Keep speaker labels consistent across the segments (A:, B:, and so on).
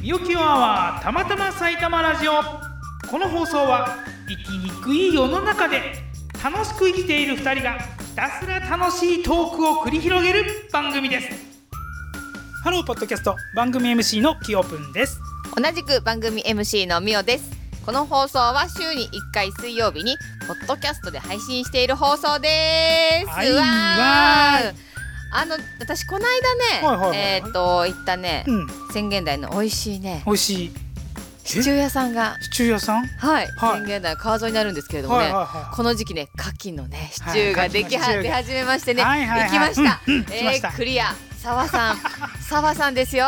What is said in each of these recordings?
A: ぴよきよアワーたまたま埼玉ラジオこの放送は生きにくい世の中で楽しく生きている2人がひたすら楽しいトークを繰り広げる番組ですハローポッドキャスト番組 MC のきよぷんです
B: 同じく番組 MC のみおですこの放送は週に1回水曜日にポッドキャストで配信している放送です、
A: はいう
B: わー
A: わー
B: あの私この間ね、
A: はいはいはいはい
B: えーっと行ったね、
A: うん
B: 宣言台の美味しいね
A: 美味しい
B: シチュー屋さんが
A: シチュー屋さんは
B: はい、
A: はい
B: 宣言台の川沿いにあるんですけれどもね、
A: はいはいはい
B: この時期ね牡蠣のねシチ
A: は
B: ュ
A: い
B: ーがで
A: 牡
B: き
A: 蠣のシチュー
B: は
A: が
B: 出始めましてね、
A: はいはいはい
B: 行きました、
A: うんうん来ました
B: えークリア沢 さん沢さんですよ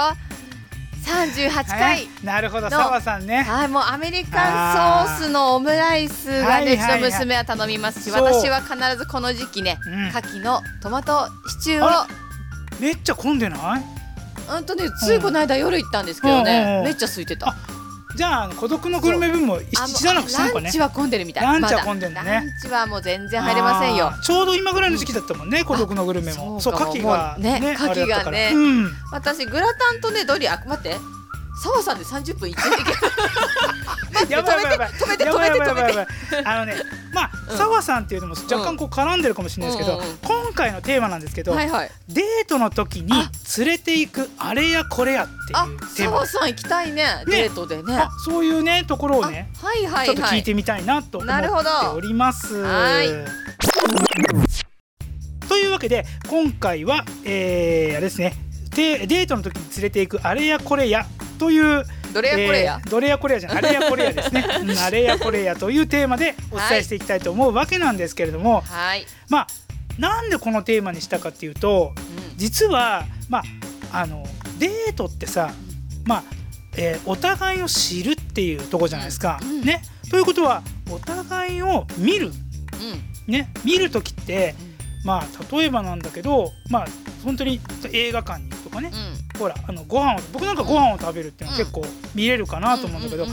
B: 38回、
A: いなるほど澤さんね
B: はい、もうアメリカンソースのオムライスが
A: あー
B: ね、うち
A: はいは
B: の
A: いはい
B: 娘は頼みますし、
A: そう
B: 私は必ずこの時期ね
A: うん、
B: 牡蠣のトマトシチュー
A: めっちゃ混んでない
B: を、うんとね、ついこの間夜行ったんですけど
A: うんうんう
B: ね
A: ん、
B: めっちゃ空いてた。
A: あじゃああの孤独のグルメ分も一
B: あもう
A: 一段落したのか
B: ラ
A: ね
B: ンチは混んでるみたい。
A: ランチは
B: まだ
A: 混んでるね
B: ランチはもう全然入れませんよ
A: あ。ーちょうど今ぐらいの時期だったもんね、孤独のグルメも
B: あ
A: そ
B: そうう
A: 牡
B: か
A: 蠣が
B: もうね
A: ね
B: 牡蠣がね
A: あれだったからうん
B: 私グラタンとね、ドリア、あ待って。澤さんで三十分いっちゃいけない。
A: やばいやばい
B: 止めて
A: や
B: 止
A: ばい
B: めて
A: やばい
B: 止
A: やばい
B: めて
A: やばいあの ねまあ
B: うん
A: 澤さんっていうのも若干こう絡んでるかもしれないですけど、
B: うんうんうん
A: 今回のテーマなんですけど、
B: はいはい。
A: デートの時に
B: あ
A: 連れて行くあれやこれやって
B: あ
A: いう、テーマ
B: 澤さん行きたいね、
A: ね
B: デートでね。
A: あ
B: あ
A: そういうねところを
B: は
A: ね
B: いはいはい。
A: ちょっと聞いてみたいなと思っ
B: な
A: て
B: るほど
A: おります。
B: はい
A: というわけで今回は、えー、あれですねデデートの時に連れて行くあれやこれやという
B: どれやこれや
A: え。ーどれやこれやじゃないあれやこれや ですね、うんあれやこれやというテーマでお伝えしていきたいと思うわけなんですけれども、
B: はい。
A: まあなんでこのテーマにしたかっていうと
B: うん
A: 実はまああのデートってさまあ、えーお互いを知るっていうとこじゃないですか。
B: うんうん
A: ね、ということはお互いを見る、
B: う
A: ね、見る時って
B: ん。
A: まあ例えばなんだけどまあ本当に映画館に行くとかね、ほらあのご飯を僕なんかご飯を食べるっていうのは結構見れるかなと思うんだけど、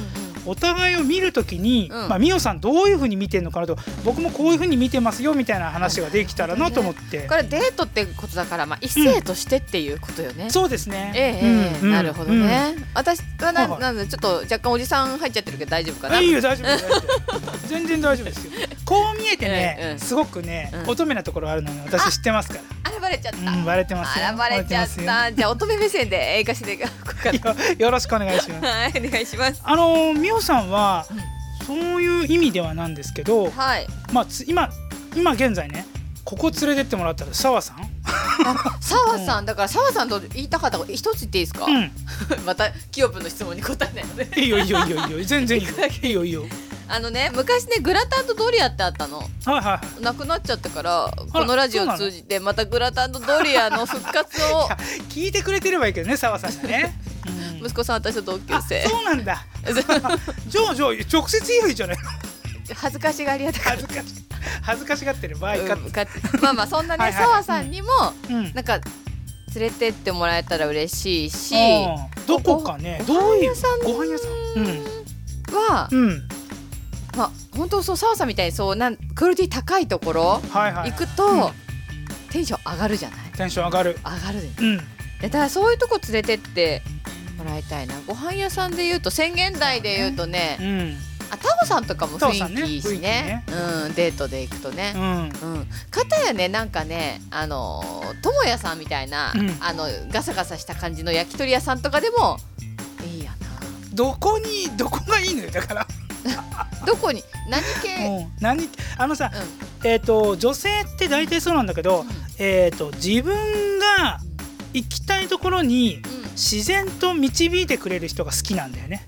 A: お互いを見るときに、
B: うん
A: まあ、美桜さんどういうふうに見てるのかなと僕もこういうふうに見てますよみたいな話ができたらなと思って、
B: これデートってことだから、まあ、異性としてっていうことよね。
A: そうですね、
B: ええええ
A: うん
B: なるほど、ね。私はな
A: はいはい
B: なんでちょっと若干おじさん入っちゃってるけど大丈夫
A: う
B: か
A: ん
B: な。
A: いいよ大丈夫大丈 夫全然大丈夫ですよこう見えてね、
B: うんうん
A: すごくね、
B: うん
A: 乙女なところあるのに
B: あ
A: 私知ってますから
B: あらばれちゃった。
A: うんバレてます
B: あ
A: よ
B: らばれちゃった。じゃあ乙女目線で映画していこうか
A: バレてますよよろしくお願いします
B: な。はいお願いします。
A: あの美桜さんは、
B: うん
A: そういう意味ではなんですけど、
B: はい。
A: まあ、つ今今現在ねここ連れてってもらったら澤さん、
B: 澤さんだから澤さんと言いたかったこと一つ言っていいですか。
A: うん、
B: またキヨプの質問に答えないので。
A: いいよいいよいいよいいよ全然いいよいいよいいよ
B: あのね昔ねグラタンとドリアってあったの。
A: はいはい
B: なくなっちゃったからこのラジオ
A: そうな
B: を
A: の
B: 通じてまたグラタンとドリアの復活を
A: 聞いてくれてればいいけどね澤さんがね、うん
B: 息子さん私と同級
A: あ
B: 生
A: そうなんだジョージョー直接言えばいいじゃない
B: 恥ずかしがり屋だから
A: 恥ずかし恥ずかしがってる場合かっ
B: うんかまあまあそんな
A: は
B: ね
A: いはい
B: 澤、さんにも
A: うんうん
B: なんか連れてってもらえたら嬉しいし
A: どこかね
B: ご
A: どうい
B: ご飯
A: う
B: 屋さん
A: ご飯屋さん
B: は、
A: うんうん
B: まあ本当そう澤さんみたいにそうなんクオリティ高いところ
A: はいはい
B: 行
A: はい
B: くと、
A: うん
B: テンション上がるじゃない
A: テンション上がる
B: 上がるで
A: うん
B: だからそういうとこ連れてってもらいたいなご飯屋さんで言うと宣言台で言うとね
A: うん
B: あタオさんとかも雰囲気いいしね
A: タ
B: うん、デートで行くと
A: う
B: ね、
A: ん
B: うん、かたやねなんかねあのーともやさんみたいな、
A: うん
B: あのガサガサした感じの焼き鳥屋さんとかでもいいや
A: どこにどこがいいのよだから
B: などこに何系、
A: うん何あのさ
B: うん
A: えっと女性って大体そうなんだけどえっと自分が行きたいところに
B: うん
A: 自然と導いてくれる人が好きなんだよね。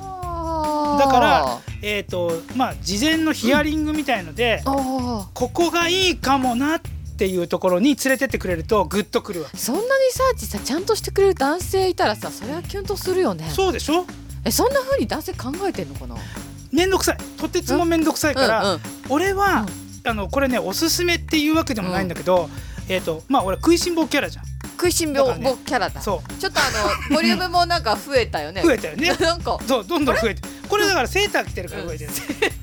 B: あー
A: だからえっ、とまあ事前のヒアリングみたいので、
B: おー
A: ここがいいかもなっていうところに連れてってくれるとグッとくるわ。
B: そんなリサーチさちゃんとしてくれる男性いたらさそれはキュンとするよね
A: そうでしょ？
B: えそんな風に男性考えてんのかな
A: めんどくさい。とてつもめんどくさいから、
B: うんうん、
A: 俺は、あのこれねおすすめっていうわけでもないんだけど、えっ、とまあ俺食いしん坊キャラじゃん。
B: 食いしん
A: だ
B: 坊
A: からね
B: 坊キャラだ
A: そ
B: ちょっとあ のボリュームもなんか増えたよね。
A: う増えたよね
B: なんか
A: そうどんどん増えて。これだからセーター着てるから増えてる。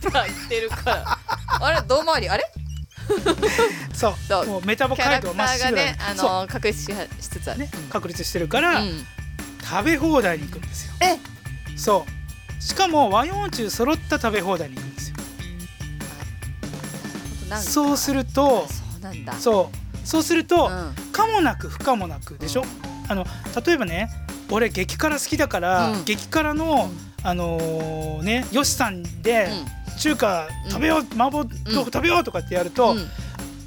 B: とか言ってるからあれどう回りあれ
A: そう。
B: そう
A: もうメタボ
B: キャラ
A: 街
B: ク
A: 道
B: タ
A: まっし
B: ーが
A: ぐら
B: ね
A: に
B: あ
A: そ
B: の確立ししつつあ
A: う
B: る
A: ね確立してるから、
B: うん
A: 食べ放題に行くんですよ
B: え
A: そうしかも和洋中揃った食べ放題に行くんですよ
B: なんか
A: そうすると
B: そうなんだ
A: そうそうすると、
B: うん
A: かもなく不可もなくでしょ、あの例えばね俺激辛好きだから、
B: うん
A: 激辛の、あのーねよしさんで中華食べよう、麻婆豆腐食べようとかってやると、
B: うんうん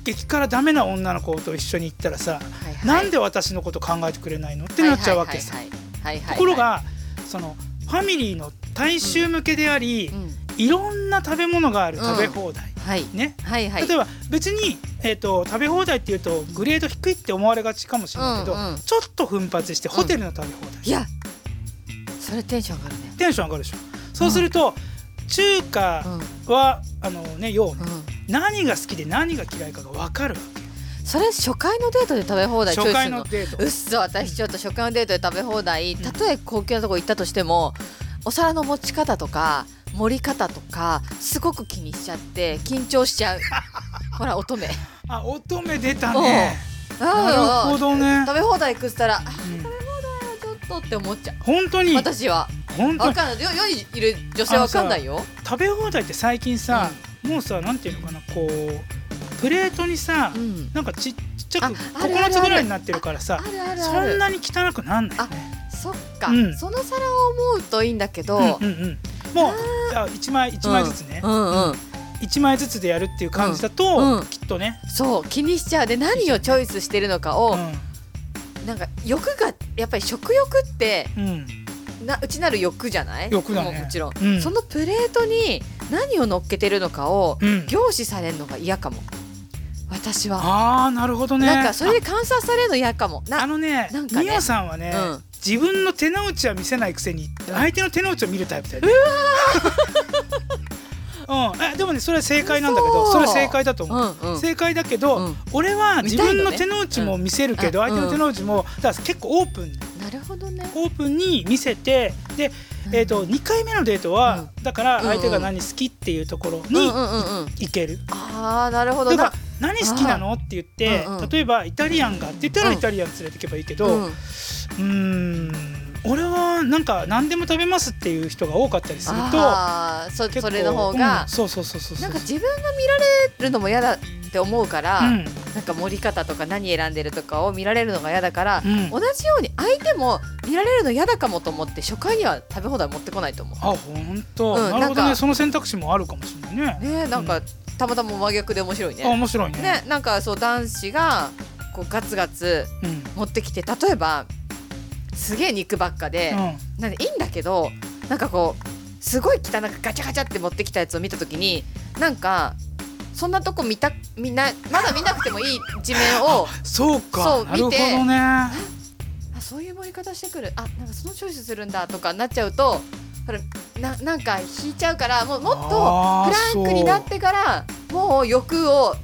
A: 激辛ダメな女の子と一緒に行ったらさ、
B: はいはい
A: なんで私のこと考えてくれないのってなっちゃうわけさ、
B: はいはいはいはい
A: ところ、がそのファミリーの大衆向けであり、
B: うん
A: いろんな食べ物がある
B: うん
A: 食べ放題、
B: はい
A: ね
B: はいはい
A: 例えば別に、えー、と食べ放題っていうとグレード低いって思われがちかもしれないけど、
B: うんうん
A: ちょっと奮発してホテルの食べ放題、
B: いやそれテンション上がるね
A: テンション上がるでしょそうすると、中
B: う
A: 華
B: ん
A: はあのね要ね
B: うん
A: 何が好きで何が嫌いかが分かるわ
B: それ初回のデートで食べ放
A: け
B: 題チョイ
A: 初
B: スす
A: 回
B: るの
A: のデート
B: うっそ私ちょっと初回のデートで食べ放題
A: ん
B: たとえ高級なとこ行ったとしてもお皿の持ち方とか盛り方とかすごく気にしちゃって緊張しち ゃうほら乙女
A: あ乙女出たねな
B: あ
A: るほどね、
B: 食べ放題行くっつったらあ
A: うん
B: ちょっとって思っちゃう
A: 本当に
B: 私は
A: 本当
B: わ
A: に
B: かんないよ世にいる女性はわかんないよ
A: 食べ放題って最近さ、もうさなんていうのかなこうプレートにさ、
B: うん
A: なんかちっちゃ
B: あ
A: く
B: ある
A: 9つぐらいになってるからさ
B: あるある
A: そ
B: あ
A: ん
B: る
A: なに汚くなんないよね。
B: そっか
A: うん
B: その皿を思うといいんだけど
A: うんうんうんもうあ一枚一枚ずつね
B: う、んうん
A: 一枚ずつでやるっていう感じだと、
B: うんうん
A: きっとね、
B: そう気にしちゃうで何をチョイスしてるのかを
A: う
B: なんか欲がやっぱり食欲って
A: んうん、
B: な内なる欲じゃない
A: 欲だね
B: もうもちろん、
A: うん
B: そのプレートに何を乗っけてるのかを
A: うん
B: 凝視されるのが嫌かも私は、
A: ああなるほどね。
B: なんかそれで観察されるの嫌かも
A: ああ
B: な
A: のね
B: なんかね
A: ミオさんはね、
B: うん
A: 自分の手の内は見せないくせに相手の手の内を見るタイプだよね。 うん、えでもねそれは正解なんだけど
B: 嘘
A: それは正解だと
B: う
A: 思う、
B: んうん
A: 正解だけど、
B: うん
A: 俺は自分の
B: 見た
A: 手
B: い
A: の
B: のね
A: 内も見せるけど、
B: うん
A: 相手の手の内もだから結構オープン
B: なるほどね
A: オープンに見せてで、えー、と2回目のデートは、だから相手が何好きっていうところ
B: うんうん
A: に
B: うんうん
A: 行ける。
B: ああなるほど
A: だか
B: な
A: ら何好きなのって言って、
B: うんうん
A: 例えばイタリアンがって言ったら
B: うん
A: イタリアン連れてけばいいけど、
B: う
A: うんん、ん俺はなんか何でも食べますっていう人が多かったりすると
B: ああそ
A: 結構
B: それの方が、
A: うんそうそうそうそうそ
B: な
A: うん
B: か自分が見られるのも嫌だって思うから、
A: うん
B: なんか盛り方とか何選んでるとかを見られるのが嫌だから、
A: うん
B: 同じように相手も見られるの嫌だかもと思って初回には食べ放題持ってこないと思
A: あ本当、
B: うん
A: なるほど
B: なん
A: ね
B: か
A: その選択肢もあるかもしれないね
B: うねなんか、たまたま真逆で面白い
A: あ
B: ね
A: 面白いね
B: ねなんかそう男子がこうガツガツ
A: うん
B: 持ってきて例えばすげえ肉ばっかで、
A: う
B: なんでいいんだけどなんかこうすごい汚くガチャガチャって持ってきたやつを見た時になんかそんなとこ見たみなまだ見なくてもいい一面を
A: ん、そうか
B: そう
A: なるほど
B: 見て
A: ね
B: あそういう盛り方してくるあなんかそのチョイスするんだとかなっちゃうとほらななんか引いちゃうからもうもっと
A: あ
B: フ
A: ー
B: ランクになってからもう欲を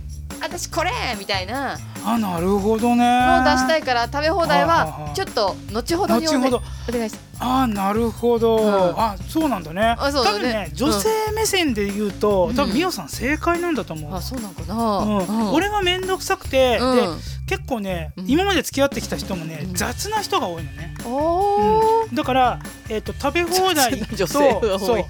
B: 私これみたいな
A: そうあなるほどね
B: もう出したいから食べ放題
A: あーあー
B: は
A: あー
B: ちょっと後ほどにお,、
A: 後ほど
B: お願いします
A: あーなるほど、
B: うん
A: あそうなんだね
B: あそうだね
A: 多分ね女性目線で言うと、
B: うん
A: 多分美桜さん正解なんだと思う、
B: あそうなんか
A: うん
B: な、
A: 俺は面倒くさくて、
B: うん
A: で結構ね、
B: うん
A: 今まで付き合ってきた人もね、
B: うん
A: 雑な人が多いのね、
B: おー
A: だから、えっと食べ放題と
B: 女性が
A: そ
B: 多
A: う
B: い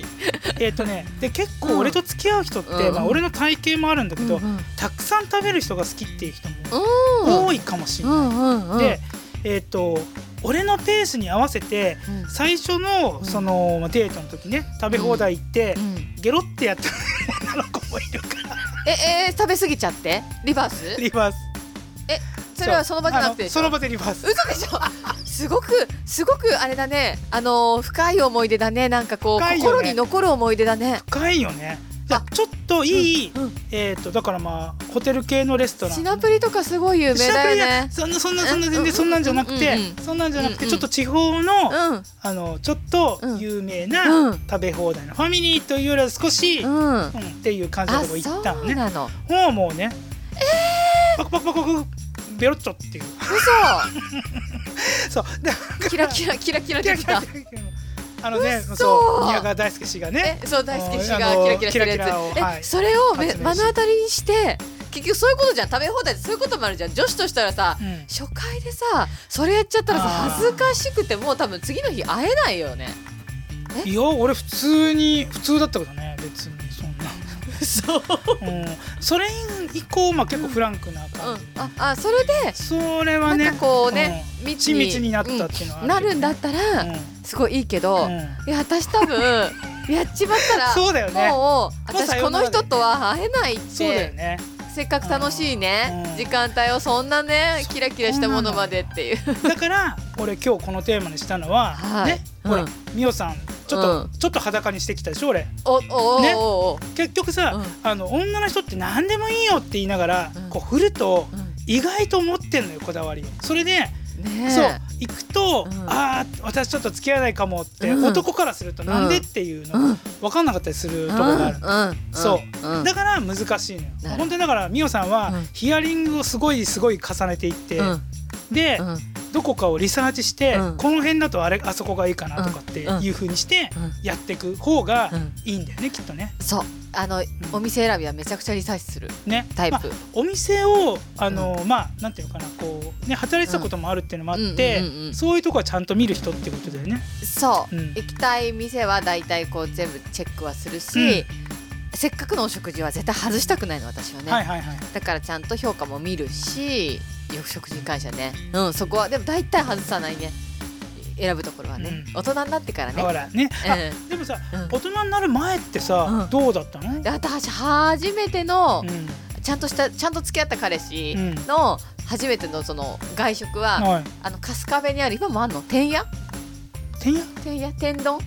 A: えっ、とねで結
B: う
A: 構
B: ん
A: 俺と付き合う人って、
B: うん
A: まあ、俺の体型もあるんだけど、
B: うんうん
A: たくさん食べる人が好きっていう人も
B: うん
A: 多いかもしれ
B: う
A: ない、
B: んうんうん
A: で、えっと俺のペースに合わせて
B: うん
A: 最初の
B: うん
A: その、まあデートの時ね食べ放題行って、
B: うん
A: ゲロってやった女の子もいるから
B: ええー食べ過ぎちゃってリバース
A: リバース
B: それはその場じゃなくて
A: あ
B: で
A: の
B: しょ
A: その場でリバース
B: 嘘でしょあ すごくすごくあれだねあのー深い思い出だねなんかこう、
A: 深いよね
B: 心に残る思い出だね
A: 深いよねじゃあ
B: あ
A: ちょっといい、
B: うんうん
A: えっ、とだからまあホテル系のレストラン
B: シナプリとかすごい有名だよね
A: シナプリやそんなそんなそんな
B: うん
A: 全然そんなんじゃなくて、
B: うんうんうん
A: そんなんじゃなくて、
B: うんうん
A: ちょっと地方の、
B: うん
A: あのちょっと有名な
B: うん
A: 食べ放題の、ファミリーというよりは少し、うん
B: うんあ
A: っていう感じのとこ行ったの
B: そう
A: ね
B: なの
A: もうもうねパクパクパクパクベロッチョっていうそうで
B: 嘘キラキラキラキラ出てきた
A: あのね、
B: 嘘
A: そう、宮川大輔氏がね、
B: えそう大好き氏
A: あ
B: が
A: の
B: キラキラしてる
A: キラキラを
B: やつ
A: はい
B: えそれを
A: 発
B: め
A: 明し
B: 目の当たりにして結局そういうことじゃん食べ放題ってそういうこともあるじゃん女子としたらさ
A: うん
B: 初回でさそれやっちゃったらさ
A: あー
B: 恥ずかしくてもう多分次の日会えないよねえ
A: いや俺普通に普通だったけどね別にそんな、
B: そう、
A: うん、それ以降まあ結構フランクな感
B: ん
A: じ、、
B: ああそれで
A: それ
B: な
A: は
B: ん
A: ね
B: かこうね、道に
A: 緻密になったっていうのは
B: うんなるんだったたらすごいいいけど、いや私多分やっちまったら
A: そうだよね
B: もう
A: もうさ
B: 私
A: よ
B: こ
A: うな
B: の
A: らだよ
B: 人とは会えないっ
A: そうだよ
B: て
A: ね
B: せっかく楽しいね、
A: うん
B: 時間帯をそんなねキラキラしたものまでっていう
A: だから俺今日このテーマにしたのは、
B: はい
A: ねほ
B: う
A: ら
B: ん
A: 美桜さんちょっと、
B: うん
A: ちょっと裸にしてきたでしょ俺
B: おおおお、
A: ね
B: お
A: 結局さ、
B: う
A: あの女の人って何でもいいよって言いながら、
B: うん
A: こう振ると
B: うん
A: 意外と持ってんのよこだわりをそれで、
B: ねえ
A: そう行くと、
B: うん
A: ああ私ちょっと付き合えないかもって、
B: うん
A: 男からするとなんでっていうの、
B: うん
A: 分かんなかったりするところがある、
B: うんうん
A: そう
B: うん
A: だから難しいのよ
B: なる
A: 本当にだから美桜さんは
B: うん
A: ヒアリングをすごいすごい重ねていって、
B: うん
A: で、
B: うん
A: どこかをリサーチして、
B: うん
A: この辺だとあれあそこがいいかなとかっていう風にして
B: うん
A: やっていく方が
B: うん
A: いいんだよねきっとね。
B: そうあの、お店選びはめちゃくちゃリサーチする
A: ね
B: タイ
A: まあ
B: プ、
A: お店をあの、まあなんていうのかなこうね働いてたこともあるっていうのもあって、
B: うんうんうんうん
A: そういうとこはちゃんと見る人ってことだよね。
B: そう、
A: うん
B: 行きたい店は大体こう全部チェックはするし、せっかくのお食事は絶対外したくないの私はね、
A: はいはいはい。
B: だからちゃんと評価も見るしよく食事に関してはねうんそこはでも大体外さないね選ぶところはね、
A: うん
B: 大人になってからね
A: だからね、あ
B: う
A: でもさ、
B: んうん
A: 大人になる前ってさ、
B: うん
A: どうだったの？
B: で私初めての
A: うん
B: ちゃんとしたちゃんと付き合った彼氏
A: うん
B: の初めてのその外食は、
A: はい。
B: あの春日部にある今もあんの天屋
A: てんや
B: 天屋天丼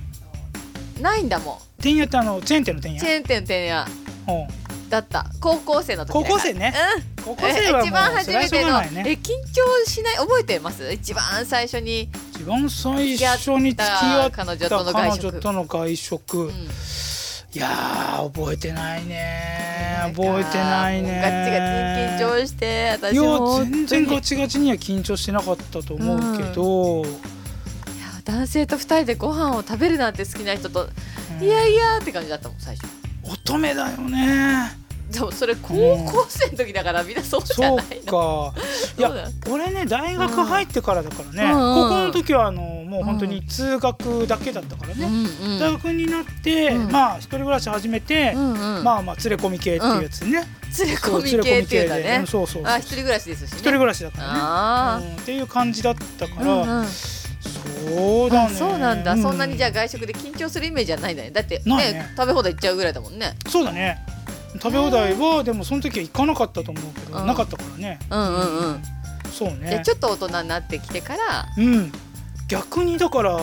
B: ないんだも
A: てんやってあのチェーン店のてん
B: ん
A: や
B: チ。ェーン店天屋
A: うん
B: だった高校生の時だか
A: 高
B: ら
A: 校生ね
B: うん
A: 高校生はもう
B: 一番初め
A: それは
B: て
A: しょうが
B: の、
A: ないね
B: え緊張しない覚えてます一番最初に、
A: 一番最初に付き合った彼
B: 彼女との外食
A: 女との外食、
B: うん
A: いやー覚えてないね
B: なんか
A: 覚えてないね
B: ガチガチに緊張して
A: い
B: 私も
A: や全然ガチガチには緊張してなかったと思うけど、
B: いや男性と二人でご飯を食べるなんて好きな人と、
A: うん
B: いやいやって感じだったもん最初
A: 乙女だよね
B: でもそれ高校生の時だからみんなそうじゃ
A: そう
B: ないの
A: かい
B: そうだ
A: や俺ね大学入ってからだからね、
B: うん
A: 高校の時はあのもう本当に通学だけだったから
B: う
A: ね、
B: んうん
A: 大学になって、
B: うん
A: まあ一人暮らし始めて、
B: うんうん
A: まあまあ連れ込み系っていうやつね、
B: 連れ込み系っていうんだ
A: でう
B: ね
A: んそうそうそう
B: あ一人暮らしですしね
A: 一人暮らしだからね
B: あ
A: うんっていう感じだった
B: あ
A: か
B: う
A: ら、
B: んうん
A: そうだ
B: あ
A: ね
B: そうなんだ、そんなにじゃあ
A: あ
B: 外食で緊張するイメージはないんだねだってね
A: ないね
B: 食べ放題行っちゃうぐらいだもんね
A: そうだね食べ放題はでもその時は行かなかったと思うけど、
B: うん
A: なかったからね
B: うんうんうん、
A: そう
B: じゃあ
A: ね
B: ちょっと大人になってきてから、
A: うん逆にだから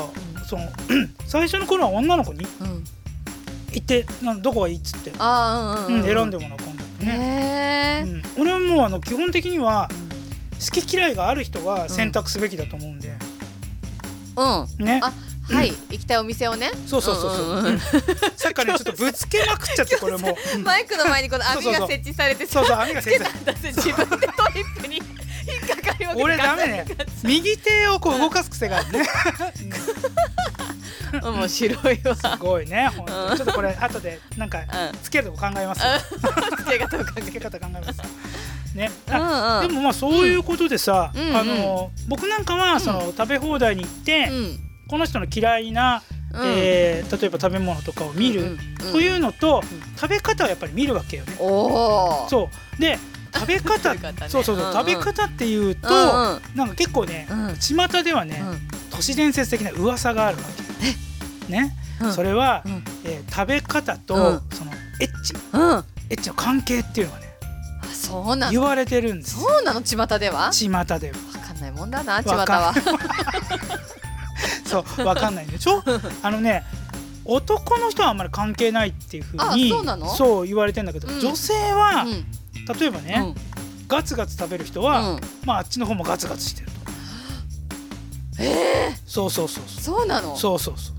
A: その 最初の頃は女の子に
B: うん、
A: 行ってなんどこがいいっつって、
B: ああ
A: う
B: う
A: ん
B: うんん、うん、
A: 選んでもらう感じだね、
B: へえ、
A: うん、俺はもうあの基本的には好き嫌いがある人が選択すべきだと思うんで、
B: うん、あ
A: ね
B: はい、行きたいお店をね
A: そうそうそうそう、
B: んん
A: うんさっきからねちょっとぶつけまくっちゃってこれもう、
B: う
A: うんん
B: マイクの前にこの網
A: そうそうそ
B: が
A: う
B: 設置されて
A: そ
B: さ
A: うそう網が
B: つ
A: 先生
B: けたんだって自分でトリップに引っかかりまくって
A: 俺ダメね右手をこう動かす癖があるね
B: ガツン面白いわ
A: すごいねほんと
B: うん
A: ちょっとこれ後でなんか
B: う
A: つけるとこ考えます
B: ん付け方を考
A: つけ方考えますね
B: え
A: あ
B: うん
A: でもまあそういうことでさ、
B: うんうん
A: あの僕なんかはその食べ放題に行って、
B: うん
A: この人の嫌いな、
B: うん
A: えー例えば食べ物とかを見る、
B: うんうん
A: というのと、
B: ん
A: 食べ方をやっぱり見るわけよね。
B: おお
A: そうで食べ方
B: 食べ方ね
A: そうそうそう、
B: うんうん
A: 食べ方っていうと、
B: うんうん
A: なんか結構ね、
B: うん
A: 巷ではね、都市伝説的な噂があるわけ。ね、
B: うん
A: それは、
B: うん
A: えー食べ方と、
B: うん
A: そのエッチ
B: うん、あ
A: エッチの関係っていうのがね
B: そうなの
A: 言われてるんですよ
B: そうなの巷では
A: 巷 では。
B: わかんないもんだな巷
A: わか
B: は
A: んそうわかんないでしょあのね男の人はあんまり関係ないっていうふうに
B: あそうなの
A: そう言われてんだけど、
B: うん
A: 女性 は、
B: うん
A: 例えばね、ガツガツ食べる人は、
B: うん
A: まああっちの方もガツガツしてると。ええそうそうそうそ
B: そうなの
A: うそうそうそう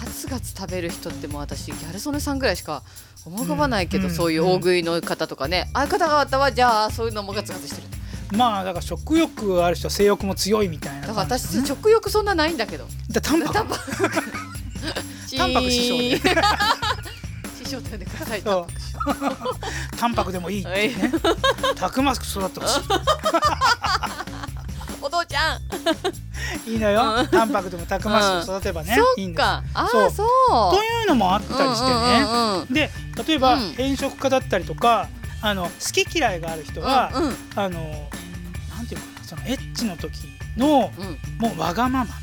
B: ガツガツ食べる人ってもう私ギャル曽根さんぐらいしか思い浮かばないけど、
A: うん
B: そういう大食いの方とかね、ああいう方々はじゃあそういうのもガツガツしてる
A: まあだから食欲がある人は性欲も強いみたいな
B: だから
A: 感じ
B: 私食欲そんなないんだけど
A: だタンパ
B: タン
A: ク
B: パ クチーン
A: タンパク師匠で
B: 師匠と呼んでください
A: そう淡白でもいいっていうねたくましく育ってほし
B: お父ちゃん、
A: いいいのよ
B: うん
A: 淡白でもたくましく育てばね、いい
B: そっ
A: んです
B: かあ
A: そ
B: あ
A: う
B: そう
A: というのもあったりしてね、
B: うんうんうんうん
A: で例えば、
B: うん
A: 偏食家だったりとかあの好き嫌いがある人は、
B: うんうん
A: あのなんていうのかなそのエッチの時の
B: うん
A: もうわがまま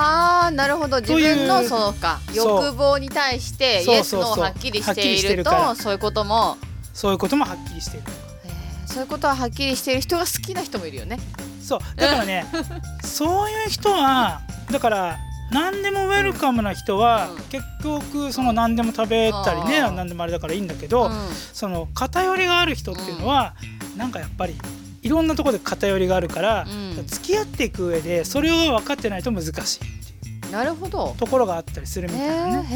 B: はあなるほど自
A: と
B: 分の
A: いう
B: そうか
A: そう
B: 欲望に対してイ
A: そう
B: エス
A: そう
B: ノ
A: そう
B: ーはっきり
A: はっ
B: し
A: きり
B: て
A: し
B: い
A: てる
B: る
A: から
B: とそういうことも
A: そういうこともはっきりしてる
B: へえそういうことははっきりしている人が好きな人もいるよね。
A: そうだから ねそういう人はだから何でもウェルカムな人は、
B: うん
A: 結局その何でも食べたりね、
B: うん
A: 何でもあれだからいいんだけ
B: う
A: ど、
B: ん
A: その偏りがある人っていうのは、なんかやっぱりいろんなところで偏りがあるから、
B: うん
A: 付き合っていく上でそれを分かってないと難しいってい
B: なるほど
A: う。ところがあったりするみ
B: へ
A: たいな
B: え
A: ね。う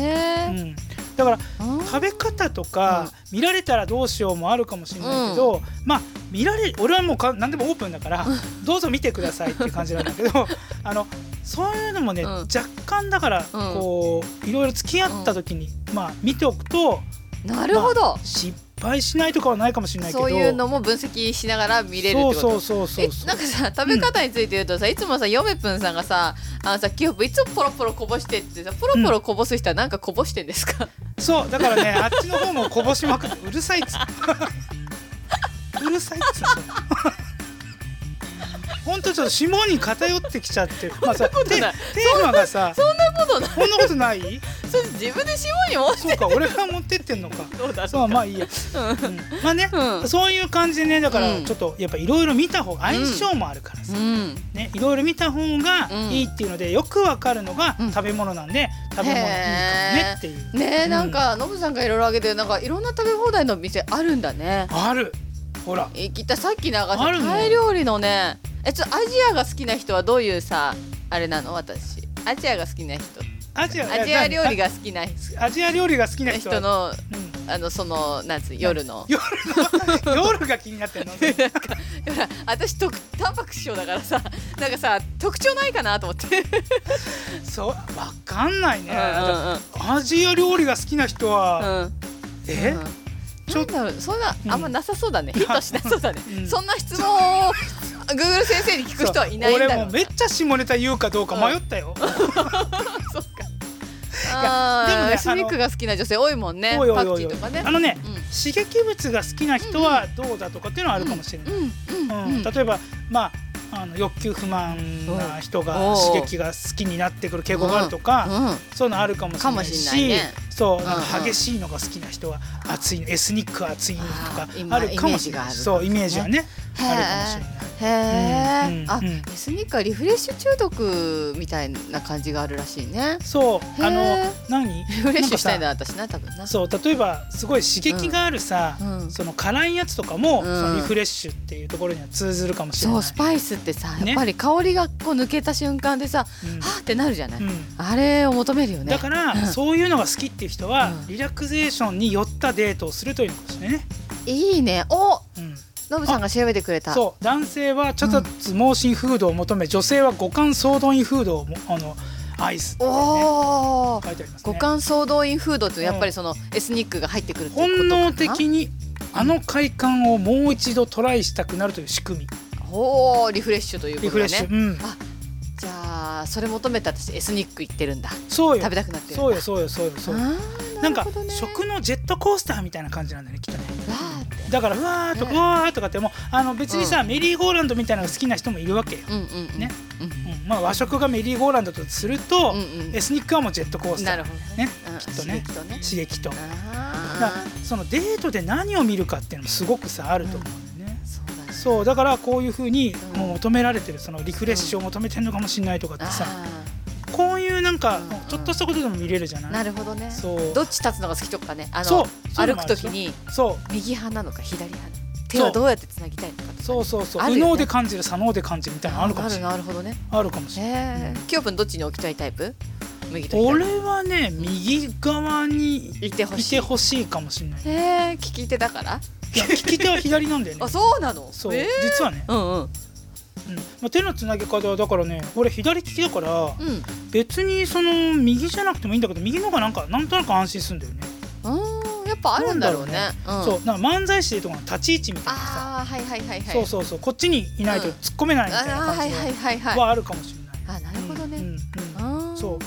B: へえ。
A: ん、だから
B: うん
A: 食べ方とか、見られたらどうしようもあるかもしれないけど、まあ見られ俺はもうか何でもオープンだから、どうぞ見てくださいっていう感じなんだけど あのそういうのもね、
B: うん
A: 若干だから、こういろいろ付き合った時に、まあ見ておくと
B: なるほど。
A: 失敗しないとかはないかもしれないけど
B: そういうのも分析しながら見れるって
A: そ
B: こ
A: う
B: と。
A: そうそうそうそ
B: え
A: う
B: なんかさ食べ方について言うとさ、いつもさヨメプンさんがさあのさキヨプいつもポロポロこぼしてってさポロポロこぼす人はなんかこぼしてんですか、
A: そうだからね あっちの方もこぼしまくってうるさいっつってうるさいっつって ほんとちょっと霜に偏ってきちゃって るまあさテ
B: と
A: テ
B: ない
A: ーマがさ
B: そんなことない
A: こんなことない
B: それ自分でしもにも
A: そうか俺が持ってってんの か
B: どうだろう
A: そうまあいいや、うんまあね、
B: うん
A: そういう感じでねだか
B: う
A: ら
B: ん
A: ちょっとやっぱいろいろ見た方が相性もあるからさ、
B: うん
A: ね、いろいろ見た方がいいっていうので、よくわかるのが
B: うん
A: 食べ物なんで、食べ物いいかもねっていう、
B: ねえ、
A: うん
B: なんかノブさんがいろいろあげてるなんかいろんな食べ放題の店あるんだね
A: あるほら
B: えきっとさっきなんかさ
A: あるの
B: タイ料理のねえちょっとアジアが好きな人はどういうさあれなの私アジアが好きな人
A: アジア
B: アジア料理が好きな
A: あアジア料理が好きな人は
B: 人の
A: うん
B: あのそのなんつう 夜の
A: 夜の 夜が気になってるの
B: ほら私特タンパク質症だからさなんかさ特徴ないかなと思って
A: そうわかんないね、
B: う
A: アジア料理が好きな人は、
B: んうんうん
A: え、
B: うん
A: ちょっと
B: なんだろうそんな
A: うん
B: あんまなさそ うだね、ヒットしなそうだね、
A: うん
B: そんな質問を Google 先生に聞く人はいないんだろう
A: 俺もめっちゃ下ネタ言うかどうか迷ったよ、
B: そっか
A: やでもね
B: あースニックが好きな女性多いもんね
A: おいおい
B: パク
A: お
B: チ
A: い
B: ー
A: おい
B: とかね
A: あのね
B: うん
A: 刺激物が好きな人はどうだとかっていうのはあるかもしれない、
B: うんうん
A: う
B: うんん
A: 例えばまああの欲求不満な人が
B: うん
A: 刺激が好きになってくる傾向があるとか、そういうのあるかもしれないし
B: かもしれないね
A: そうなん
B: うん
A: か
B: うん
A: 激しいのが好きな人は熱いのエスニックは熱いのと
B: あ
A: か
B: ー今
A: あるかもしれない
B: イメージがある
A: そうイメージはね
B: へー
A: あるかもしれない。
B: へえ、
A: うんうん
B: あ
A: うん
B: エスニックはリフレッシュ中毒みたいな感じがあるらしいね
A: そう
B: へー
A: あの 何
B: リフレッシュしたいんだ
A: なんか
B: 私な多分な
A: さそう例えばすごい刺激があるさ、
B: うん
A: その辛いやつとかも、
B: うん
A: そのリフレッシュっていうところには通ずるかもしれ
B: そ
A: な
B: う
A: い。
B: スパイスってさ
A: ね
B: やっぱり香りがこう抜けた瞬間でさ、
A: うん
B: はーってなるじゃない、
A: うん
B: あれを求めるよね
A: だから、
B: うん
A: そういうのが好きっていう人は、
B: うん
A: リラクゼーションに寄ったデートをするというのかもしれないね。
B: いいねお
A: うん
B: ノブさんが調べてくれた
A: そう男性はちょっと盲信フードを求め、女性は五感総動員フードをもあのアイスって、ね、
B: おお、
A: 書いてありますね
B: 五感総動員フードってやっぱりそのエスニックが入ってくるっていう
A: 本
B: ことかな
A: 能的にあの快感をもう一度トライしたくなるという仕組み、
B: おおリフレッシュというこ
A: リ
B: と
A: フ
B: だ
A: レッシ
B: ね
A: ュ、うん、
B: じゃあそれ求めて私エスニック行ってるんだ
A: そうよ
B: 食べたくなってる
A: そうよそうよそうよそうよ
B: あー
A: なんか
B: るほどね
A: 食のジェットコースターみたいな感じなんだよねきっとね
B: わーって
A: だからうわーとか、
B: ね
A: うわーとかってもうあの別にさ、メリーゴーランドみたいなのが好きな人もいるわけよ、
B: うんうんうん
A: ね
B: うん
A: うんまあ、和食がメリーゴーランドとすると、
B: うんうん
A: エスニックはもうジェットコースタ
B: な
A: ー
B: るほど
A: ね
B: うん
A: きっとね
B: 刺激とね
A: 刺激と。だ
B: あ
A: そのデートで何を見るかっていうのもすごくさあると思うんだよね。
B: ーそうだね
A: そうだからこういうふうに
B: うん
A: もう求められてるそのリフレッシュを求めてるのかもしれないとかってさ
B: あ
A: こういうなんか
B: うん
A: ちょっとしたことでも見れるじゃ
B: ー
A: な
B: ないるほどね
A: そう
B: どっち立つのが好きとかねあ
A: そ
B: の
A: うそういうの
B: 歩
A: もあ
B: く
A: るで
B: とき
A: しょ
B: に
A: そ
B: 右派なのか左派なのか手はどうやってつなぎたいのかとか
A: う
B: ね
A: そうそうそう
B: ある
A: 右
B: よね
A: 脳で感じる左脳で感じるみたいなのあるかもしれない
B: あるなるほどね
A: あるかもしれない
B: へえキヨプンどっちに置きたいタイプ右と左
A: 俺はね右側に
B: いてほ
A: い
B: しい
A: てほしいかもしれない
B: へえ聞き手だから
A: いや利き手は左なんだよね
B: あそうなの
A: そう
B: えー
A: 実はね
B: うんうん
A: うんまあ手のつなぎ方はだからね俺左利きだから
B: うん
A: 別にその右じゃなくてもいいんだけど右の方がなんかなんとなく安心するんだよね
B: あーやっぱあるんだろうね。うん
A: そうなんか漫才師でいうとこの立ち位置みたいなさ、
B: ああはいはいはいはい。
A: そうそうそうこっちにいないと
B: うん
A: 突っ込めないみたいな
B: ああ
A: 感
B: はい
A: じ
B: はいはいはい。
A: はあるかもしれない。
B: あなるほどね。
A: うんうんうん
B: あー
A: そ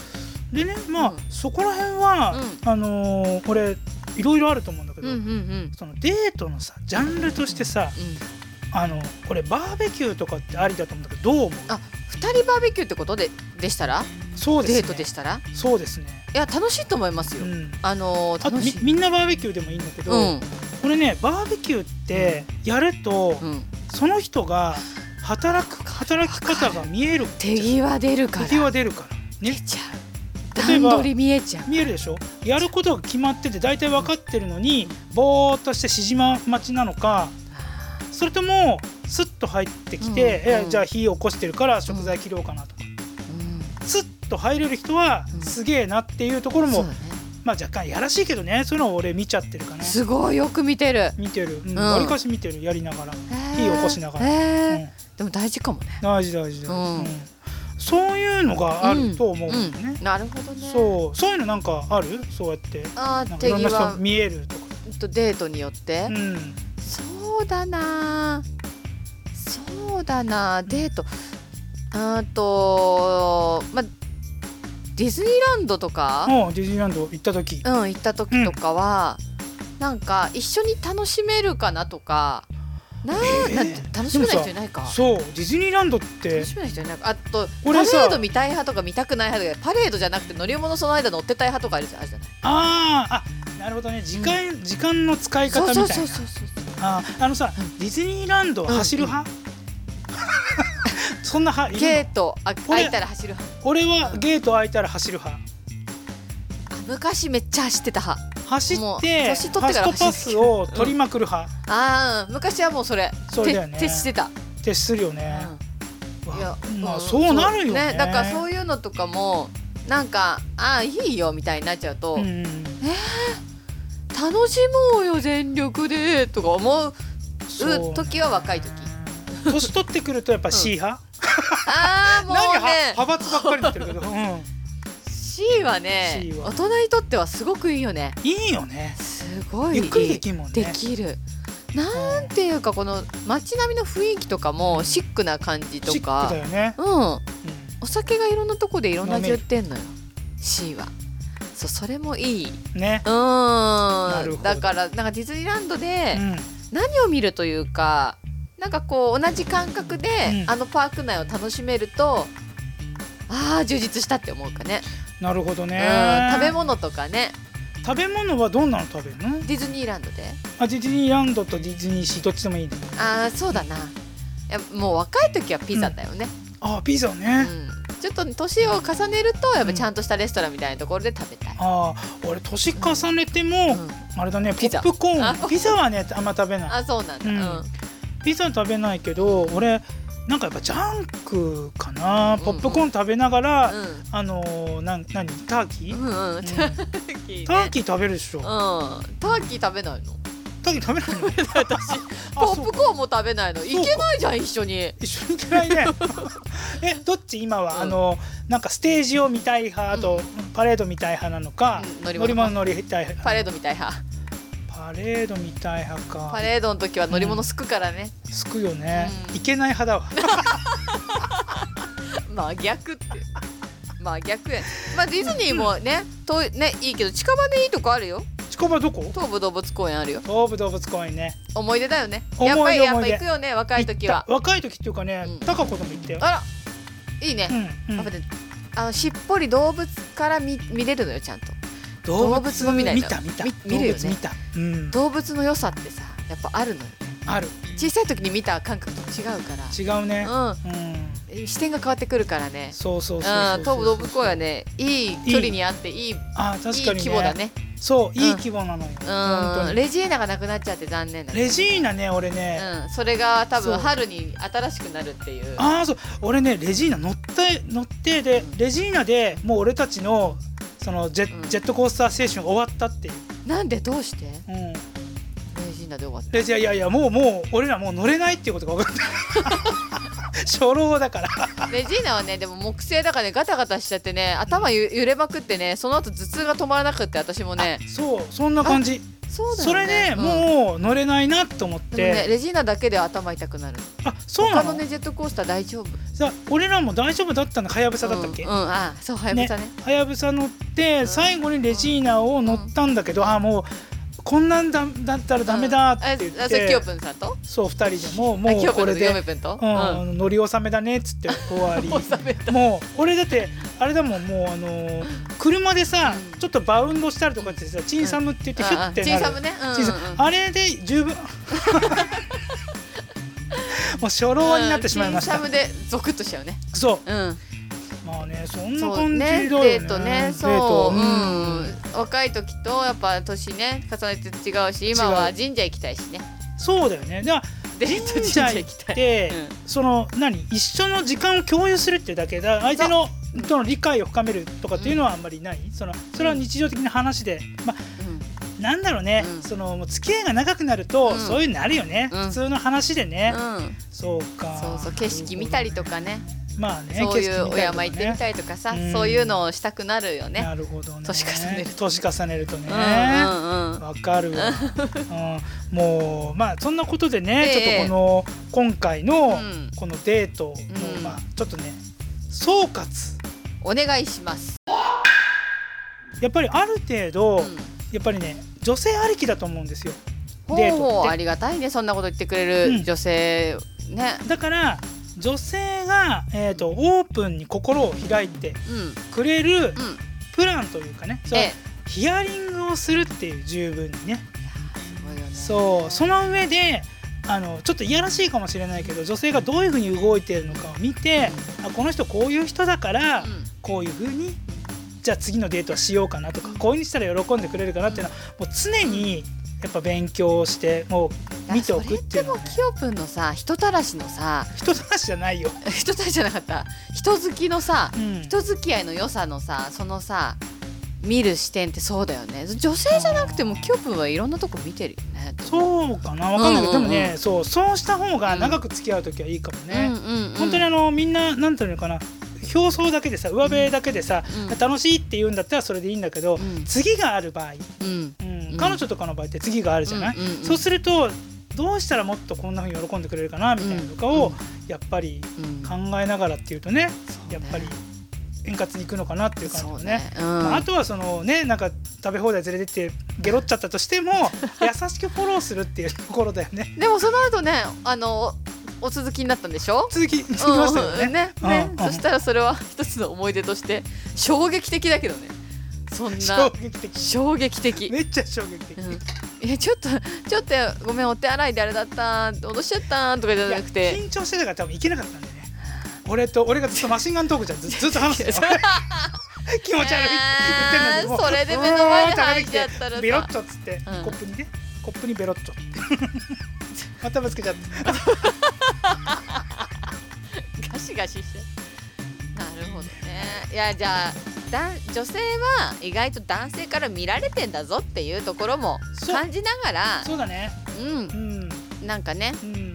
A: うでねまあ、
B: うん
A: そこら辺は、あのーこれいろいろあると思うんだけ
B: うん
A: ど、
B: うんうんうん。
A: そのデートのさジャンルとしてさあのこれバーベキューとかってありだと思うんだけどどう思う
B: あ二人バーベキューってことででしたら、
A: そうですね
B: デートでしたら
A: そうですね、
B: いや楽しいと思いますよ。
A: うん、
B: あのー
A: あと
B: 楽し
A: み
B: い。
A: みんなバーベキューでもいいんだけど、
B: うん
A: これねバーベキューってやると、
B: うん。
A: その人が働く働き方が見える
B: 手際出るから。
A: 手際出るから
B: 出
A: ね
B: ちゃう。
A: 例え
B: 段
A: ば
B: 取り見えちゃう。
A: 見えるでしょやることが決まってて大体分かってるのにぼーっとして指示待ちなのかそれともスッと入ってきて、
B: うん
A: え
B: うん
A: じゃあ火起こしてるから食材切ろうかなとか、スッと入れる人は
B: うん
A: すげえなっていうとこ
B: う
A: ろ
B: ん。
A: も、
B: そうだね。
A: まあ若干やらしいけどねそういうのを俺見ちゃってるかな
B: すごいよく見てる。
A: 見てるうん
B: ん
A: わり、かし見てるやりながら、
B: 火
A: 起こしながら
B: ら
A: うん
B: でも大事かもね。
A: 大事大事大事、
B: うん
A: うんそういうのがあると思うんだよね、
B: うんなるほどね。う。
A: そうそういうのなんかあるそうやって
B: あ
A: な
B: ー
A: んかい
B: 手
A: ろんな
B: 際
A: 人見えるとか、
B: とデートによって
A: う。ん、
B: そうだなあ。そうだなあ。デート。あーとまあディズニーランドとか、
A: もうディズニーランド行った時
B: うん、行った時とかは、なんか一緒に楽しめるかなとか。な
A: え
B: ー
A: ー
B: なんて楽しめない人いないか。
A: そうディズニーランドって
B: 楽しめない人いないか。あとパレ
A: 俺さ
B: ード見たい派とか見たくない派とかパレードじゃなくて乗り物その間乗ってたい派とかあるじゃない。
A: あーあなるほどね時間、時間の使い方
B: そ
A: み
B: う
A: たいな
B: そうそうそうそう。
A: あーあのさ
B: うん
A: ディズニーランドは走る派、 そんな派いるの
B: ゲートあ
A: これ
B: 開いたら走る派。
A: 俺は
B: うん
A: ゲート開いたら走る派
B: あ昔めっちゃ走ってた派。
A: 走
B: も
A: っ
B: う
A: て
B: 年取ってから
A: ファストパ
B: 走
A: ス
B: る
A: を取りまくる派、
B: ああ昔はもうそれ
A: それだよね
B: 徹徹してた、
A: ってするよね、
B: うんいや
A: まあ
B: ん
A: そうなるよね
B: だからそういうのとかもなんかああいいよみたいになっちゃうと、
A: うんうん
B: 楽しもうよ全力でとか 思う
A: そうね
B: 時は若い時
A: 年取ってくるとやっぱ C 派、
B: ああもう
A: 何
B: ね
A: 派派閥ばっかり言ってるけど、うん、
B: C はね
A: C は
B: 大人にとってはすごくいいよね
A: いいよね
B: すごいいい
A: ゆっくりできるもんね
B: できるなんていうかこの街並みの雰囲気とかもシックな感じと
A: シックだ
B: か
A: よね、
B: うん
A: う、
B: お酒がいろんなとこでいろんな味売ってんのよ C はそうそれもいいうん
A: ね、るほ
B: ー
A: ど
B: んだからなんかディズニーランドで
A: うん、
B: 何を見るというかなんかこう同じ感覚で
A: うん
B: あのパーク内を楽しめるとあー充実したって思うかね、
A: なるほど
B: うん
A: ね、
B: 食べ物とかね
A: 食べ物はどんなの食べるの
B: ディズニーランドで
A: あディズニーランドとディズニーシーどっちでもいいの
B: あーそうだないやもう若い時はピザだよね、
A: あピザ
B: うん
A: ね、
B: ちょっと年を重ねるとやっぱちゃんとしたレストランみたいなところで食べたい、
A: あ俺年重ねても、
B: うん
A: あれだねポ
B: ピザ
A: ップコ
B: あ
A: ーンピザはねあんま食べない
B: あそうなんだ、
A: う
B: うんん
A: ピザ食べないけど俺なんかやっぱジャンクかな、
B: うんうん
A: ポップコーン食べながら、
B: うん
A: あのー、なん何ターキー、
B: うんう
A: うん
B: ん、
A: タ
B: タ
A: ー
B: ーキー、ね、
A: キー食べるでしょ、
B: うん、ターキー食べないの
A: ターキー食べないの
B: 私
A: あ
B: ポッ
A: そう
B: プコーンも食べないのい
A: そうか
B: けないじゃん一緒に
A: 一緒に行けないね えどっち今は、
B: うん
A: あのなんかステージを見たい派と、パレード見たい派なのか、
B: うん乗
A: 乗
B: り物
A: り物乗りたい派
B: パレードみたい派
A: パレード見たい派か
B: パレードの時は乗り物すくからね、
A: すくよね、
B: うん
A: いけない派だ わ
B: 真逆って真逆やねまあディズニーもね遠いねいいけど近場でいいとこあるよ
A: 近場どこ
B: 東武動物公園あるよ
A: 東武動物公園ね
B: 思い出だよね
A: 思い
B: や
A: 出
B: っぱりやっ
A: 思
B: ぱ
A: い出
B: 行くよね若い時は
A: 行った若い時っていうかね、
B: うん
A: 高子とも行ったよ、
B: あらいいね
A: う、んうん
B: やっぱねあのしっぽり動物から見見れるのよちゃんと動物も見ない
A: 見
B: の
A: た見た
B: み見る
A: 動
B: よね
A: 物見た、うん、
B: 動物の良さってさやっぱあるのよ
A: ある
B: 小さい時に見た感覚と違うから
A: 違うね、
B: うん
A: うん、
B: え視点が変わってくるからね。、
A: そうそうそううんそうそう
B: 東武動物公園はね、いい距離にあって、いい、いい
A: あ確かに、ね、
B: 規模だね。
A: そういい
B: うん
A: 規模なのよ、本当
B: うん、
A: に
B: レジーナがなくなっちゃって残念だね。
A: レジーナね俺ね、
B: うん、それが多
A: そう
B: 分春に新しくなるっていう。
A: ああそう俺ねレジーナ乗って乗ってでレジーナでもう俺たちのそのジェ,、
B: うん
A: ジェットコースターステーション終わったっていう、
B: なんでどうして？レ
A: うん、
B: ジーナで終わっ
A: レジいやいやもうもう俺らもう乗れないっていうことが分かった 初老だから
B: た。レジーナはね、でも木製だからね、ガタガタしちゃってね、頭ゆ揺れまくってね、その後頭痛が止まらなくって私もね、
A: そうそんな感じ
B: そうだ
A: そ
B: よ
A: れね、
B: ねうん
A: もう乗れないなと思っ
B: でもね
A: て、
B: レジーナだけでは頭痛くなる
A: あそうな
B: 他
A: の
B: のねジェットコースター大丈夫
A: さ俺らも大丈夫だったのはやぶさだったっけ、
B: うん、うんあそうはやぶさね
A: はやぶさ乗って、
B: ん
A: 最後にレジーナを乗ったんだけど、あもうこんなんだだったらダメだって言
B: うんああ
A: っ
B: それ
A: て、
B: キヨプンさんと
A: そう二人でもう
B: あ
A: も
B: キ
A: う
B: ヨ
A: こ
B: プ
A: れ
B: ンとヨ
A: で
B: メ、プンと
A: うんあの乗り納めだねっつって終わ り
B: うん収めた
A: もう俺だってあれだもんもうあのー車でさ、
B: うん
A: ちょっとバウンドしたりとかってさチンサムって言ってヒュ
B: あ
A: ッ
B: あ
A: てなる、
B: チンサムねうんうんうん
A: 小さいあれで十 分もう初老になってしまいました、
B: うんチンサムでゾクッとしちゃうね
A: そう
B: うん
A: まあねそんな
B: そう
A: 感じだよね
B: ねデートね
A: デート
B: そう、うん、若い時とやっぱ年ね重ねて違うし今は神社行きたいしね
A: そうだよねだか
B: デート
A: ら神社行っ、て、
B: うん
A: その何一緒の時間を共有するっていうだけだ相手のとの理解を深めるとかっていうのはあんまりない、そのそれは日常的な話で、まあ
B: うん
A: なんだろうね、
B: うん
A: そのもう付き合いが長くなると、
B: うん
A: そういうのあるよね、
B: うん
A: 普通の話でね、
B: うん、
A: そうか
B: そうそう景色見たりとかね
A: まあね
B: そう
A: 景
B: い
A: 色
B: う
A: 見
B: お
A: たりとか
B: 山行ってみたりとかさ、
A: うん
B: そういうのをしたくなるよね
A: なるほどね
B: 年重ねると
A: 年重ねるとね
B: うん
A: わ、
B: うんうん
A: かるわ、うん、もうまあそんなことでね、
B: え
A: ち
B: え
A: ょっとこの今回の
B: うん
A: このデートの、
B: うん
A: まあちょっとね総括
B: お願いします、
A: やっぱりある程度、
B: うん
A: やっぱりね女性ありきだと思うんですよ
B: ほ
A: デー
B: う
A: ト
B: ほう
A: っ
B: あ
A: て
B: りがたいねそんなこと言ってく
A: う
B: れ
A: ん
B: る女性、ね
A: だから女性が、えー、とオープンに心を開いて
B: うんうん
A: くれるプランというかね、そ
B: え
A: の
B: え
A: ヒアリングをするっていう十分にね
B: すごいよね
A: そうその上であのちょっといやらしいかもしれないけど女性がどういうふうに動いてるのかを見て、あこの人こういう人だから、
B: うん
A: こういうふうにじゃあ次のデートはしようかなとかこういうふうにしたら喜んでくれるかなっていうのはもう常にやっぱ勉強をしてもう見ておくっていうのは、ね
B: それっ、てもうキヨプンのさ人たらしのさ
A: 人たらしじゃないよ。
B: 人たらしじゃなかった人好きのさ
A: うん
B: 人付き合いの良さのさそのさ見る視点ってそうだよね女性じゃなくてもキヨプンはいろんなとこ見てるよね
A: そうかなわかんないけど、
B: うんうんうん
A: でもねそうそうした方が長く付き合う時はいいかもね。
B: うんうんうん、
A: 本当にあのみんななんていうのかな表層だけでさ上辺だけでさ、
B: うん
A: 楽しいって言うんだったらそれでいいんだけど、
B: うん
A: 次がある場合、
B: うん
A: うん
B: うん
A: 彼女とかの場合って次があるじゃない、
B: うんうんうん
A: そうするとどうしたらもっとこんな風に喜んでくれるかなみたいなのとかを、
B: うん
A: やっぱり
B: うん
A: 考えながらっていうとね、
B: そうね
A: やっぱり円滑にいくのかなっていう感
B: そ
A: じ
B: う
A: ね。
B: ね、うん
A: まあ、あとはそのねなんか食べ放題連れてってゲロっちゃったとしても 優しくフォローするっていうところだよね。
B: でもその後ねあのおお続きになったんでしょ
A: 続き続きましたよ
B: うんうん
A: ね。
B: ねね
A: うんうん
B: そしたらそれは一つの思い出として衝撃的だけどねそん
A: 衝
B: な
A: 撃的
B: 衝撃的、
A: めっちゃ衝撃的。
B: うん、いやちょっとちょっとごめんお手洗いであれだった脅しちゃったとかじゃ
A: いや
B: なくて
A: 緊張してたから多分いけなかったんだよね俺と俺がずっとマシンガントークじゃんずずっと話し てたよ気持ち悪いって言ってんだけども
B: それで目の前に
A: うわーって
B: 入っちゃったらさ
A: ベロッとっつって、
B: ん
A: コップにねコップにベロッと またぶつけちゃった
B: ガシガシしてなるほどねいやじゃあだ女性は意外と男性から見られてんだぞっていうところも
A: そう
B: 感じながら
A: そうだね
B: う
A: うん
B: んなんかね
A: うん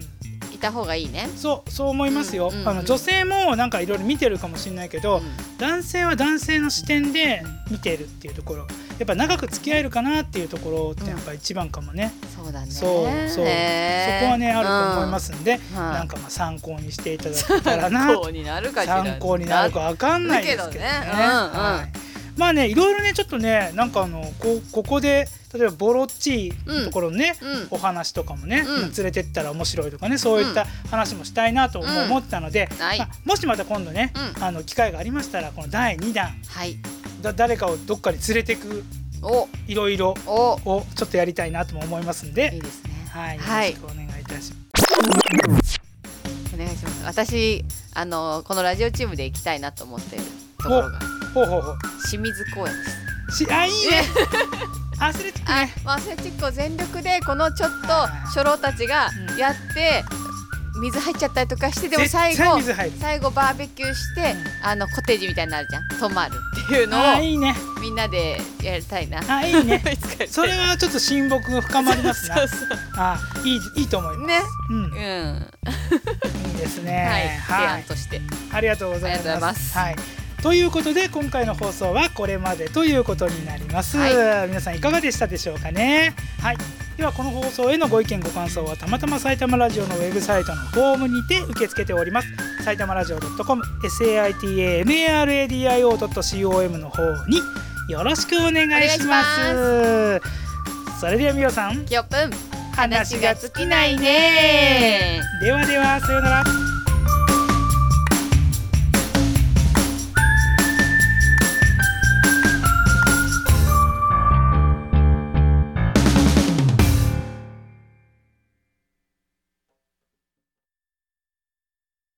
B: いた方がいいね
A: そうそう思いますよ、
B: うんうんうん
A: あの女性もなんかいろいろ見てるかもしれないけど、
B: うん
A: 男性は男性の視点で見てるっていうところやっぱ長く付き合えるかなっていうところってやっぱ一番かもね、
B: そうだね。
A: そうそう、
B: ね
A: そこはねあると思いますんで、
B: うんはい
A: なんかまあ参考にしていただけたらな
B: 参考になるかしら。
A: 参考になるかわかんないですけどね。
B: だけどねうんうん
A: はいまあねいろいろねちょっとねなんかあのこここで例えばボロっちいところのね、
B: うんうん
A: お話とかもね、
B: うん
A: 連れてったら面白いとかねそういった話もしたいなとも
B: うん
A: 思ったので、
B: はい
A: まあもしまた今度ね、
B: う
A: あの機会がありましたらこの第2弾
B: はい。
A: だ誰かをどっかに連れてく
B: お
A: いろいろ
B: お
A: をちょっとやりたいなとも思いますん
B: いい
A: で、
B: ですね。
A: はい、
B: はい
A: よろしくお願いいたします。
B: お願いします。私あのこのラジオチームで行きたいなと思っているところが
A: ほうほうほう
B: 清水公園です。
A: しあいいね アスレチック
B: あ
A: ね、
B: まあアスレチックを全力でこのちょっと
A: はい
B: 初老たちが
A: うん
B: やって水入っちゃったりとかしてでも
A: 絶対
B: 最後
A: 水入る
B: 最後バーベキューしてあのコテージみたいになるじゃん泊まるっていうの
A: あい
B: を
A: いね
B: みんなでやりたいな。
A: あい いね
B: いつかやりたい
A: それはちょっと親睦が深まりますな
B: そうそう
A: あいいいいと思います、
B: ね。
A: うん
B: う
A: い
B: ん。
A: いです
B: はい
A: ね、
B: 提案として。
A: ありがとうございます
B: ありがとうございます
A: はいということで今回の放送はこれまでということになります、
B: は
A: 皆さんいかがでしたでしょうかねはいではこの放送へのご意見ご感想はたまたま埼玉ラジオのウェブサイトのフォームにて受け付けております埼玉ラジオ .com saitamaradio.com の方によろしくお願いします
B: お
A: それではみおさん
B: キョップン
A: 話
B: 話が尽きないね
A: ではではさようなら